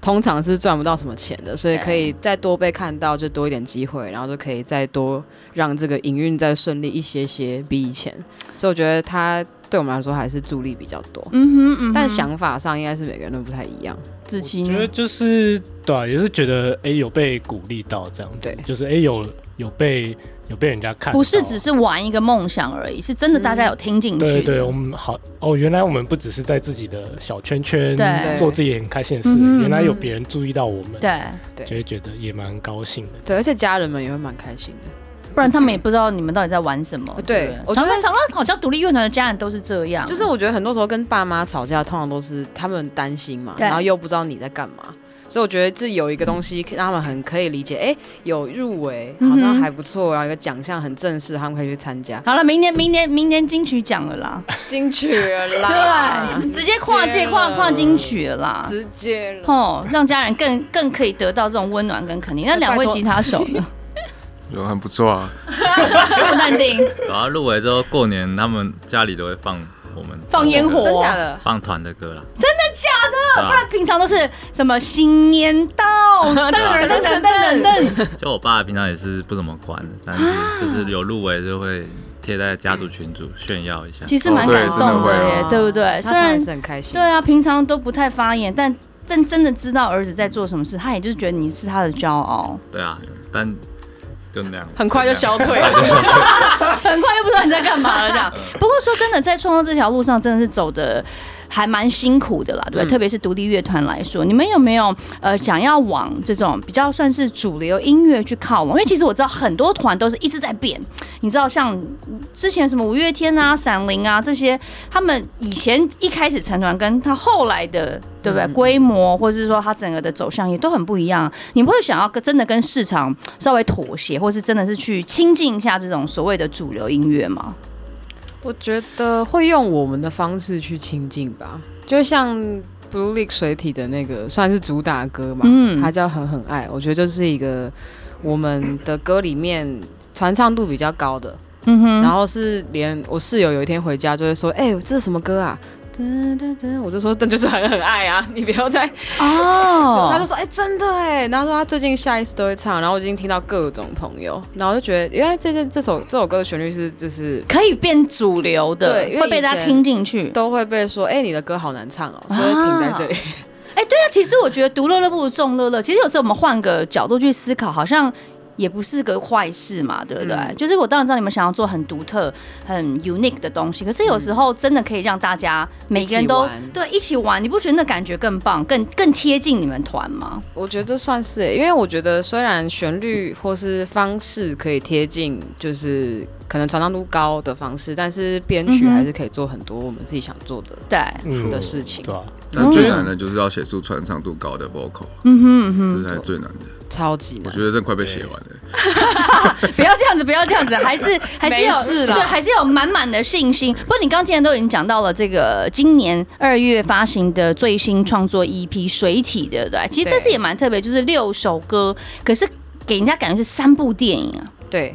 通常是赚不到什么钱的，所以
对
可以再多被看到，就多一点机会，然后就可以再多让这个营运再顺利一些些，比以前，所以我觉得它对我们来说还是助力比较多。
嗯哼，嗯哼
但想法上应该是每个人都不太一样，
子琪
我觉
呢
得？就是对、啊，也是觉得哎、诶有被鼓励到这样子
对，
就是哎、诶有有被有被人家看到，
不是只是玩一个梦想而已，是真的大家有听进去。
嗯对对，我们好哦，原来我们不只是在自己的小圈圈
对
做自己很开心的事，
嗯哼
原来有别人注意到我们，
对
就会觉得也蛮高兴的。
对，而且家人们也会蛮开心的。
不然他们也不知道你们到底在玩什么。
对
不
我觉
常
得
常常常好像独立乐团的家人都是这样，
就是我觉得很多时候跟爸妈吵架，通常都是他们担心嘛，
对
然后又不知道你在干嘛。所以我觉得这有一个东西可以让他们很可以理解，哎、有入围，好
嗯
像
哼
还不错，然后有一个奖项很正式，他们可以去参加
好了，明年明年明年金曲奖了啦，
金曲了啦，
对，直接跨界跨跨金曲了啦。
直接了。
哦，让家人更更可以得到这种温暖跟肯定。那两位
拜托
吉他手 呢？
就很不错啊。
嗯这么淡定，
然啊后入围之后，过年他们家里都会放我们
放烟火
真假的？
放团的歌啦。
真的假的？
对
不
啊
然平常都是什么新年到，
啊
噔噔噔噔噔噔，
就我爸平常也是不怎么管的，但是就是有入围就会贴在家族群组炫耀一下。
其实蛮
哦对
感
真的
动
会
的
啊
耶，对不对？
他
虽
当
然
是很开心，
对啊，平常都不太发言，但真真的知道儿子在做什么事，他也就是觉得你是他的骄傲，
对啊，但就那样，
很快就消退
很快就消退。
很快就不知道你在干嘛了这样。不过说真的，在创作这条路上，真的是走的。还蛮辛苦的啦，对不对？特别是独立乐团来说，你们有没有呃想要往这种比较算是主流音乐去靠拢？因为其实我知道很多团都是一直在变，你知道像之前什么五月天啊、闪灵啊这些，他们以前一开始成团，跟他后来的对不对规模，或者是说他整个的走向也都很不一样。你们会想要跟真的跟市场稍微妥协，或是真的是去亲近一下这种所谓的主流音乐吗？
我觉得会用我们的方式去亲近吧，就像 Blue League 水体的那个算是主打歌嘛，
嗯
它叫《狠狠爱》，我觉得就是一个我们的歌里面传唱度比较高的，
嗯哼，
然后是连我室友有一天回家就会说，哎、这是什么歌啊？噔噔噔，我就说，这就是狠狠爱啊！ 你不要再
哦，
他就说：“哎、真的哎。”然后说他最近下一次都会唱，然后我已经听到各种朋友，然后我就觉得，原来这这这首这首歌的旋律是就是
可以变主流的
对因，为
会被大
以
家
前
听进去。
都会被说：“哎、你的歌好难唱哦。”就会停在这里。
哎、对啊，其实我觉得独乐乐不如众乐乐。其实有时候我们换个角度去思考，好像也不是个坏事嘛，对不对？
嗯
就是我当然知道你们想要做很独特、很 unique 的东西，可是有时候真的可以让大家每个人都
一起玩
对一起玩，你不觉得那感觉更棒、更更贴近你们团吗？
我觉得算是耶，因为我觉得虽然旋律或是方式可以贴近，就是可能传唱度高的方式，但是编曲
嗯哼
还是可以做很多我们自己想做的
对，
嗯
的事情
对啊，
但最难的就是要写出传唱度高的 vocal，
嗯哼嗯
这才是最难的。
超级
我
难
觉。得这快被写完了。
哼，不要这样子，不要这样子，还是还是有
没事啦
对，还是有满满的信心。不过你刚既然都已经讲到了这个今年二月发行的最新创作 EP《水体》，对不对？其实这次
对
也蛮特别，就是六首歌，可是给人家感觉是三部电影啊。
对，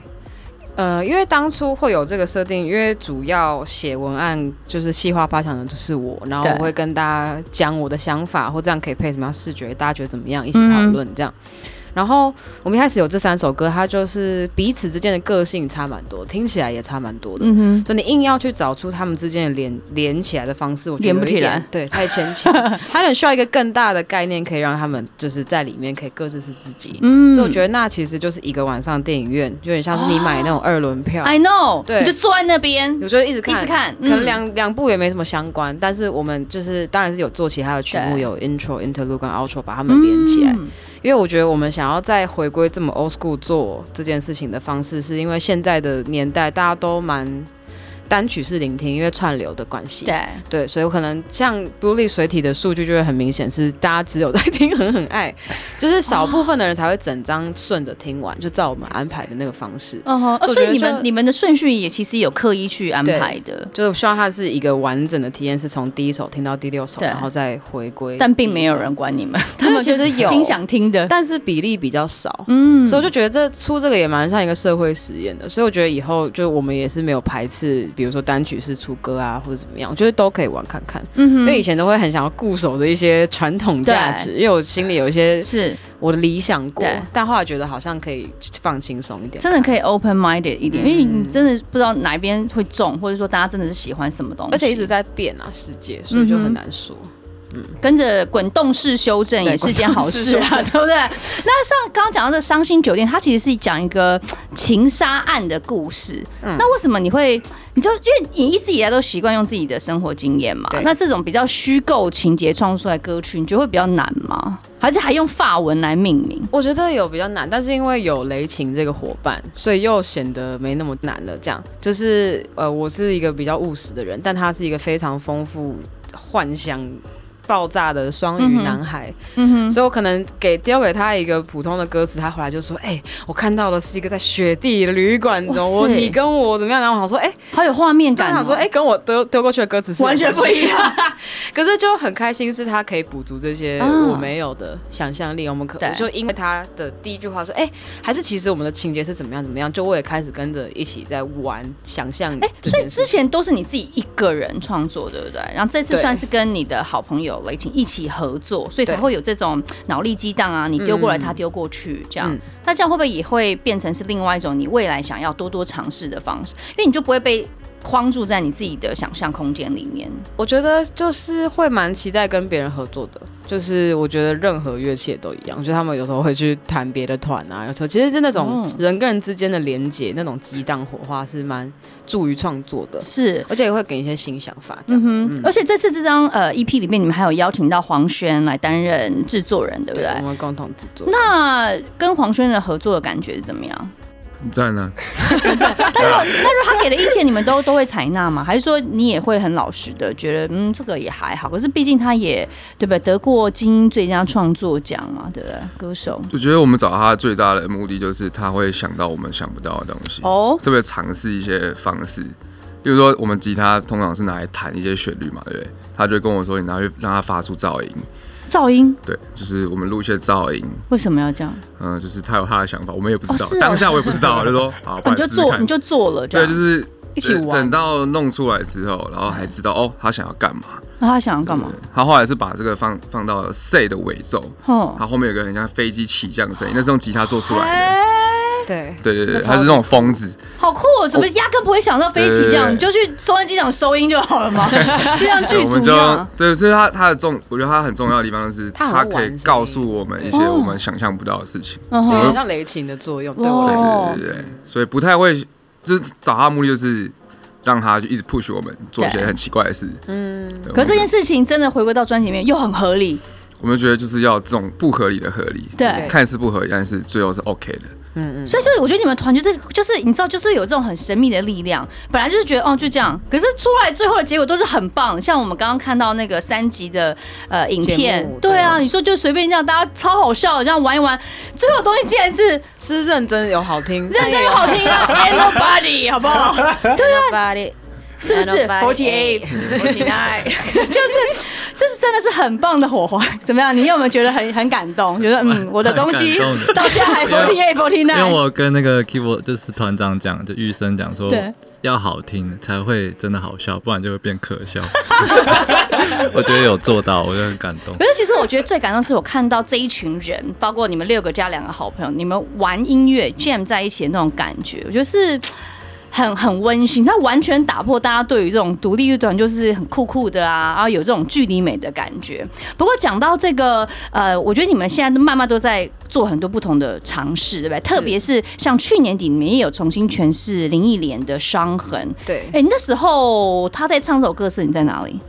呃，因为当初会有这个设定，因为主要写文案就是细化发想的就是我，然后
对
我会跟大家讲我的想法，或这样可以配什么样视觉，大家觉得怎么样，一起
嗯
讨论这样。然后我们一开始有这三首歌，它就是彼此之间的个性差蛮多，听起来也差蛮多的。
嗯哼，
所以你硬要去找出他们之间的连连起来的方式，我觉得
连不
有一
起
点
来
对，太牵 强。它很需要一个更大的概念，可以让他们就是在里面可以各自是自己。
嗯
所以我觉得那其实就是一个晚上电影院，有点像是你买那种二轮票。
I know，
对
你就坐在那边
我觉得一直
哦哎一
看，
直看，
可能
嗯
两两部也没什么相关，但是我们就是当然是有做其他的曲目，
对
有 intro、interlude 跟 outro 把它们连起来，
嗯
因为我觉得我们想要再回归这么 old school 做这件事情的方式，是因为现在的年代大家都蛮单曲式聆听，因为串流的关系，
对，
对，所以我可能像独立水体的数据就会很明显是大家只有在听《很很爱》，就是少部分的人才会整张顺着听完，就照我们安排的那个方式。
哦吼，哦
我觉
所以
得
你
就
们你们的顺序也其实有刻意去安
对
排的，
就是希望它是一个完整的体验，是从第一首听到第六首，
对
然后再回归。
但并没有，人管你们，
就是
他们就
其实有
挺想听的，
但是比例比较少，
嗯
所以我就觉得这出这个也蛮像一个社会实验的。所以我觉得以后就我们也是没有排斥，比如说单曲式出歌啊，或者怎么样，我觉得都可以玩看看。
嗯
因为以
哼，
前都会很想要固守着一些传统价值，因为我心里有一些
是。
我的理想过
对，
但后来觉得好像可以放轻松一点。
真的可以 open minded 一点，因为你真的不知道哪一边会中，或者说大家真的是喜欢什么东西，嗯
而且一直在变啊，世界，所以就很难说。
跟着滚动式修正也是件好事啊， 对不对？那上刚刚讲到这《伤心酒店》，它其实是讲一个情杀案的故事。那为什么你会？你就因为你一直以来都习惯用自己的生活经验嘛
对，
那这种比较虚构情节创出来歌曲，你觉得会比较难吗？还是还用法文来命名？
我觉得有比较难，但是因为有雷琴这个伙伴，所以又显得没那么难了。这样就是呃，我是一个比较务实的人，但他是一个非常丰富幻想爆炸的双鱼男孩，
嗯哼，
所以我可能给丢给他一个普通的歌词，他回来就说：“哎、我看到的是一个在雪地的旅馆
哇塞
中，我你跟我怎么样？”然后我想说：“哎、
好有画面
就
感、哦。
想说，哎、跟我丢丢过去的歌词是
完全不一
样。 可是就很开心，是他可以补足这些
啊
我没有的想象力。我们可
对
就因为他的第一句话说，哎、还是其实我们的情节是怎么样怎么样，就我也开始跟着一起在玩想象。
哎、所以之前都是你自己一个人创作，对不对？然后这次
对
算是跟你的好朋友雷霆一起合作，所以才
对
会有这种脑力激荡啊，你丢过来
嗯
他丢过去这样。
嗯
那这样会不会也会变成是另外一种你未来想要多多尝试的方式？因为你就不会被框住在你自己的想象空间里面。
我觉得就是会蛮期待跟别人合作的，就是我觉得任何乐器也都一样，就是他们有时候会去弹别的团啊，有时候其实是那种
嗯
人跟人之间的连接，那种激荡火花是蛮助于创作的，
是，
而且也会给你一些新想法。这样
嗯哼。而且这次这张呃 EP 里面，你们还有邀请到黄轩来担任制作人，对不对？
我们共同制作。
那跟黄轩的合作的感觉是怎么样？
很赞啊！
他给的意见你们都 都会采纳吗？还是说你也会很老实的觉得，嗯，这个也还好？可是毕竟他也对不对，得过金鹰最佳创作奖嘛，对不对？歌手
我觉得我们找他最大的目的就是他会想到我们想不到的东西，
哦，
特别尝试一些方式。比如说，我们吉他通常是拿来弹一些旋律嘛，对不对？他就跟我说，你拿去让它发出噪音，
噪音
对，就是我们录一些噪音，
为什么要这样？
嗯、就是他有他的想法，我们也不知道，
哦是哦
当下我也不知道，就说好，不
啊你
然
就
试试
做，
看
你就做了，这
对，
样。
就是
一起玩
等等到弄出来之后，然后还知道哦，他想要干嘛？
那啊他想要干嘛？
对他后来是把这个放放到 C 的尾奏，
哦，
他后面有个很像飞机起降的声音，那是用吉他做出来的。
哎，
对，
对对对，他是那种疯子，
好酷！哦！怎么压根不会想到飞起这样？你
对
就去收音机场收音就好了 嘛，就像
对
剧
我们
组
就
一样。
对，所以他他的重，我觉得他很重要的地方就是
他很
他
会玩
可以
声音
告诉我们一些
对
我们想象不到的事情。
嗯
有点
哼，
像雷琴的作用，
哇
对我来说，
哦
对对对，所以不太会，就是找他的目的就是让他就一直 push 我们做一些
对
很奇怪的事。
嗯，
对
可是这
我
件
们
事情真的回归到专辑里面又很合理，
我们觉得就是要这种不合理的合理，
对
看似不合理，但是最后是 OK 的。
所以就是我觉得你们团就是就是你知道就是有这种很神秘的力量，本来就是觉得哦就这样，可是出来最后的结果都是很棒。像我们刚刚看到那个三集的呃影片
节目，
对啊，
对
你说就随便这样，大家超好笑的这样玩一玩，最后的东西竟然是
是认真有好听，
认真又好听啊 a n o b o d y 好不好？
Nobody
是不是
Nobody
forty eight forty nine，就是就是真的是很棒的火花，怎么样？你有没有觉得很很感动？觉得嗯，我的东西
蛮感动的
到现在 还 forty eight forty
因为
nine，
我跟那个 keyboard 就是团长讲，就玉生讲说
对，
要好听才会真的好笑，不然就会变可 笑。我觉得有做到，我就很感动
可。是其实我觉得最感动是我看到这一群人，包括你们六个加两个好朋友，你们玩音乐 jam 在一起的那种感觉，我觉得是。很很温馨，它完全打破大家对于这种独立乐团就是很酷酷的啊，然后有这种距离美的感觉。不过讲到这个，呃，我觉得你们现在慢慢都在做很多不同的尝试，对不对？特别是像去年底，你们也有重新诠释林忆莲的《伤痕》。
对。
哎、那时候她在唱这首歌时，你在哪里？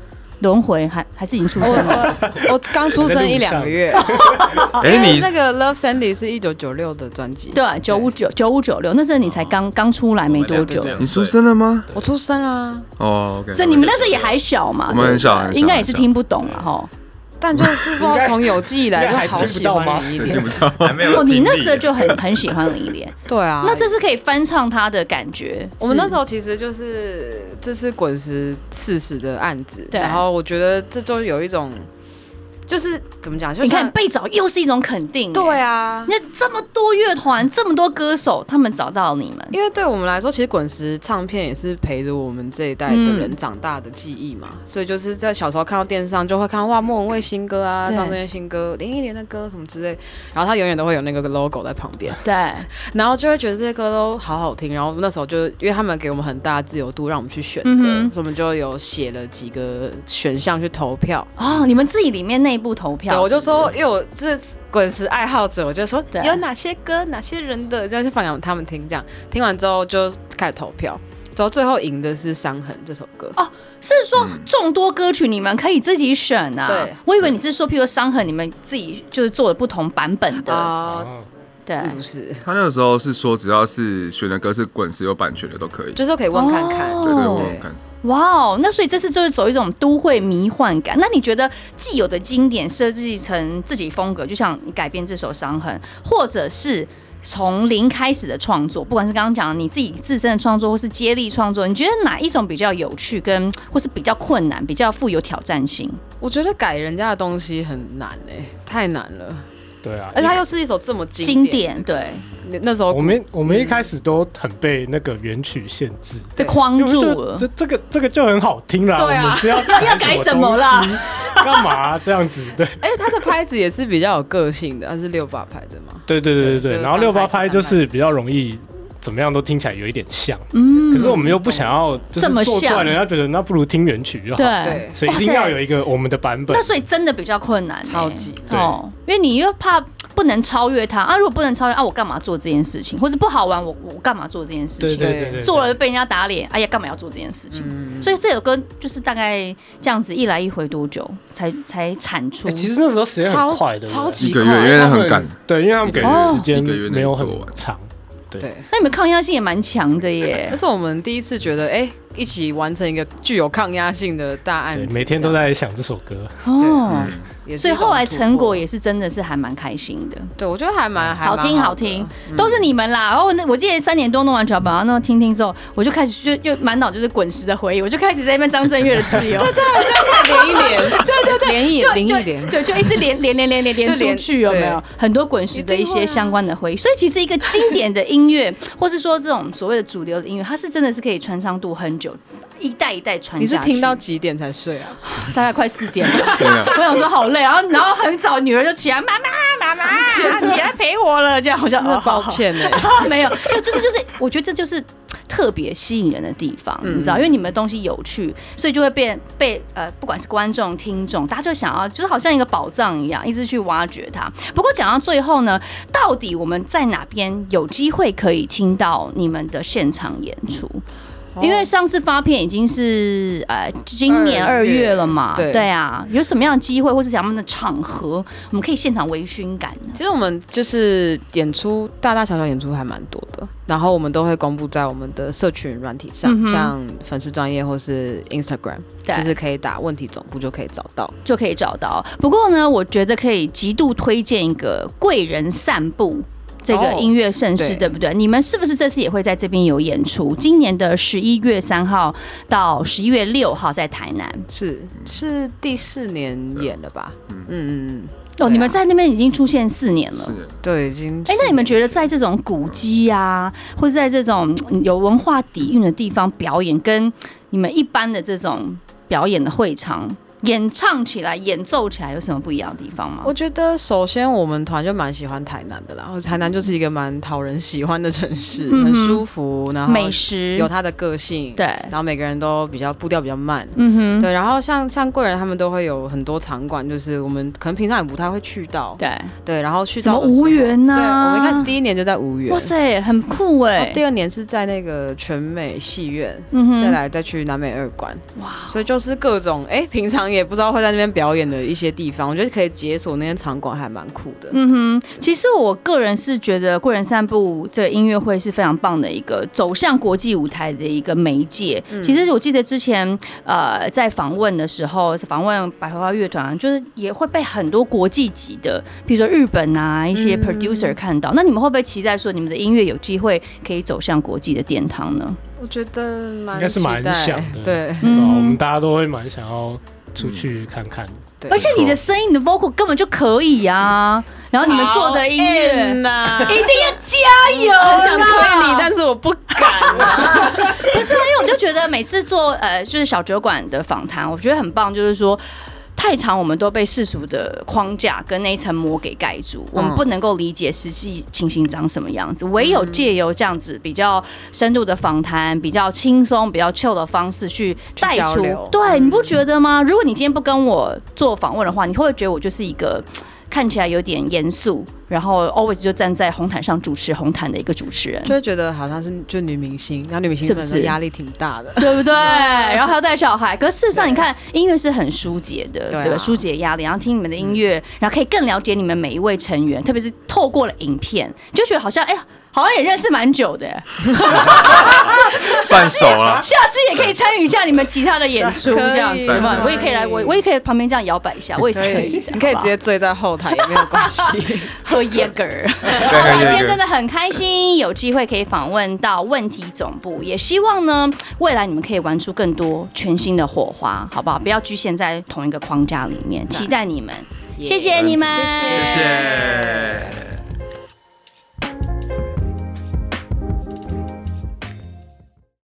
轮回还还是已经出
我
生了？
哎我我刚出生一两个月，
哎
因为
你
那个 Love Sandy 是一九九六的专辑，
对，九五九九五九六，那时候你才刚刚出来没多久，
你出生了吗？
我出生啦，
啊
哦，OK，
所以你们那时候也还小嘛，
我们很
对
小
不对
很小
应该也是听不懂了哈。
但就是不知道从有记忆来就好喜欢你一点，
还没有
哦，你
听
那
力啊
时候就很 很喜欢林忆莲，
对啊，
那这次可以翻唱她的感觉。
我们那时
候
候其实就是这是滚石四十的案子，
对
然后我觉得这就有一种就是怎么讲，就
你
像
看被找又是一种肯定、欸
对，啊，
那这么多乐团，这么多歌手，他们找到你们，
因为对我们来说，其实滚石唱片也是陪着我们这一代的
嗯
人长大的记忆嘛，所以就是在小时候看到电视上就会看到哇莫文蔚新歌啊，
对
张震岳新歌，林忆莲的歌什么之类，然后他永远都会有那个 logo 在旁边，
对，
然后就会觉得这些歌都好好听，然后那时候就因为他们给我们很大的自由度，让我们去选择，
嗯哼
所以我们就有写了几个选项去投票。
哦，你们自己里面内部投票，
对，我就说，因为我是滚石爱好者，我就说
对
有哪些歌、哪些人的，就是放给他们听，这样听完之后就开始投票，之后最后赢的是《伤痕》这首歌。
是说众多歌曲你们可以自己选啊。
对，
我以为你是说，譬如《伤痕》，你们自己就是做了不同版本的，
啊、
哦
对，
不是，
他那个时候是说，只要是选的歌是滚石有版权的都可以。
就是可以问看看。
哦
对对，
哦
我有看。
哇哦，那所以这次就是走一种都会迷幻感。那你觉得既有的经典设计成自己风格，就像你改变这首《伤痕》，或者是从零开始的创作，不管是刚刚讲的你自己自身的创作，或是接力创作，你觉得哪一种比较有趣跟，或是比较困难，比较富有挑战性？
我觉得改人家的东西很难哎、太难了，
对啊
而，且它又是一首这么
经
经典，
典对
那那时候
我们我们一开始都很被那个原曲限制，
对
被框
因为
住
就
了，
这这个这个就很好听啦，
对啊
我们是要
要改什么啦
东西？干嘛啊这样子？对
而且哎他的拍子也是比较有个性的，他是六八拍的嘛。
对对对
对
对对，
就
然后六八拍
三拍子
就是比较容易。怎么样都听起来有一点像，
嗯
可是我们又不想要，就是
这么
做出来
像
人家觉得那不如听原曲就好，
对
对。
所以一定要有一个我们的版本
那。所以真的比较困难欸、
超级
对
哦，因为你又怕不能超越他啊，如果不能超越啊，我干嘛做这件事情，或是不好玩，我我干嘛做这件事情？
对对对
对
对嗯对，
做了就被人家打脸，哎呀，干嘛要做这件事情？所以这首歌就是大概这样子一来一回多久才才产出？
欸其实那时候时间很快的，
超超
一
级
个
快，
月，因为他
对不对
很 赶，，
对，因为他们给的时间
一个月内
没有很
做完
长，
对。
那你们抗压性也蛮强的耶
那。是我们第一次觉得，哎、一起完成一个具有抗压性的大案
对，
子，
每天都在想这首歌。
嗯
嗯
哦，
这样，
所以后来
啊
成果
也
也是真的是还蛮开心的，
是一种突破对我觉得还蛮还蛮
好听好
的
听，都是你们啦。然后那我记得三点多弄完脚本，然后那听听之后，我就开始就又满脑就是滚石的回忆，我就开始在那边张震岳的自由，
对，我就看连一 连，对对对，连一
就
连
就
一连，
对，就一直连连连连连连
就连
出去，有没有
对？
很多滚石的一些相关的回忆。所以其实一个经典的音乐，或是说这种所谓的主流的音乐，它是真的是可以传唱度很久，一代一代传
你是
下去。
听到几点才睡啊？
大概快四点了，
天啊！
我想说好累，然后然后很早女儿就起来，妈 妈妈妈起来陪我了，这样好像
真的抱。歉欸呢、
哦好好 没有，没有就是就是，我觉得这就是特别吸引人的地方，
嗯
你知道，因为你们的东西有趣，所以就会变被呃，不管是观众、听众，大家就想要，就是好像一个宝藏一样，一直去挖掘它。不过讲到最后呢，到底我们在哪边有机会可以听到你们的现场演出？因为上次发片已经是呃今年二
二月
月了嘛，
对
对啊，有什么样的机会或是什么样的场合，我们可以现场微醺感呢？
其实我们就是演出，大大小小演出还蛮多的，然后我们都会公布在我们的社群软体上，
嗯哼
像粉丝专业或是 Instagram，
对
就是可以打问题总部就可以找到。
就可以找到。不过呢，我觉得可以极度推荐一个贵人散步。这个
哦
音乐盛事、
对
对不对？你们是不是这次也会在这边有演出？今年的十一月三号到十一月六号在台南
是是第四年演的吧？嗯嗯嗯，
哦，
啊
你们在那边已经出现四年了
是。耶
对，已经。
哎，那你们觉得在这种古迹啊，或是在这种嗯有文化底蕴的地方表演，跟你们一般的这种表演的会场演唱起来、演奏起来有什么不一样的地方吗？
我觉得首先我们团就蛮喜欢台南的啦，台南就是一个蛮讨人喜欢的城市，
嗯哼
很舒服，然后
美食
有它的个性，
对，
然后每个人都比较步调比较慢。
嗯哼，
对，然后像像贵人他们都会有很多场馆，就是我们可能平常也不太会去到，
对。
对，然后去
什么
到的
无
时候
缘呐、
对，我们看第一年就在无缘，
哇塞，很酷哎、
然后第二年是在那个全美戏院，
嗯
再
哼，
来再去南美二馆，哇！所以就是各种哎、平常也不知道会在那边表演的一些地方，我觉得可以解锁那些场馆，还蛮酷的。
嗯哼。其实我个人是觉得《贵人散步》这个音乐会是非常棒的一个走向国际舞台的一个媒介。
嗯
其实我记得之前呃在访问的时候，访问百合花乐团，就是也会被很多国际级的，比如说日本啊一
嗯
些 producer 看到。那你们会不会期待说你们的音乐有机会可以走向国际的殿堂呢？
我觉得蛮
应该是蛮
期待
想的
对
对啊
嗯
我们大家都会蛮想要出去看看。
对
而且你的声音，你的 vocal 根本就可以啊。然后你们做的音乐，
呐，
一定要加油啦！
啊很想推你，但是我不敢啊。
不是啊，因为我就觉得每次做呃，就是小酒馆的访谈，我觉得很棒，就是说。太长，我们都被世俗的框架跟那一层膜给盖
嗯
住，我们不能够理解实际情形长什么样子。唯有借由这样子比较深度的访谈，比较轻松、比较 chill 的方式去带
交
出。
流
对，你不觉得吗？如果你今天不跟我做访问的话，你会不会觉得我就是一个看起来有点严肃，然后 always 就站在红毯上主持红毯的一个主持人？
就会觉得好像是就女明星，然后女明星
是不
本
是
身压力挺大的。
对不对？然后还要带小孩，可是事实上，你看音乐是很疏解的，
对啊
对吧？疏解压力，然后听你们的音乐，然后可以更了解你们每一位成员，特别是透过了影片，你就觉得好像哎呀，好像也认识蛮久的，
算熟
啊
了。
下次也可以参与一下你们其他的演出，
可以
这样子嘛
可以
我也可以来，我我也可以旁边这样摇摆一下， 我也是可以的。
你可以直接醉在后台也没有关系。
喝椰格儿。好啦，今天真的很开心，有机会可以访问到问题总部，也希望呢，未来你们可以玩出更多全新的火花，好不好？不要局限在同一个框架里面，期待你们，谢谢你们，
谢谢。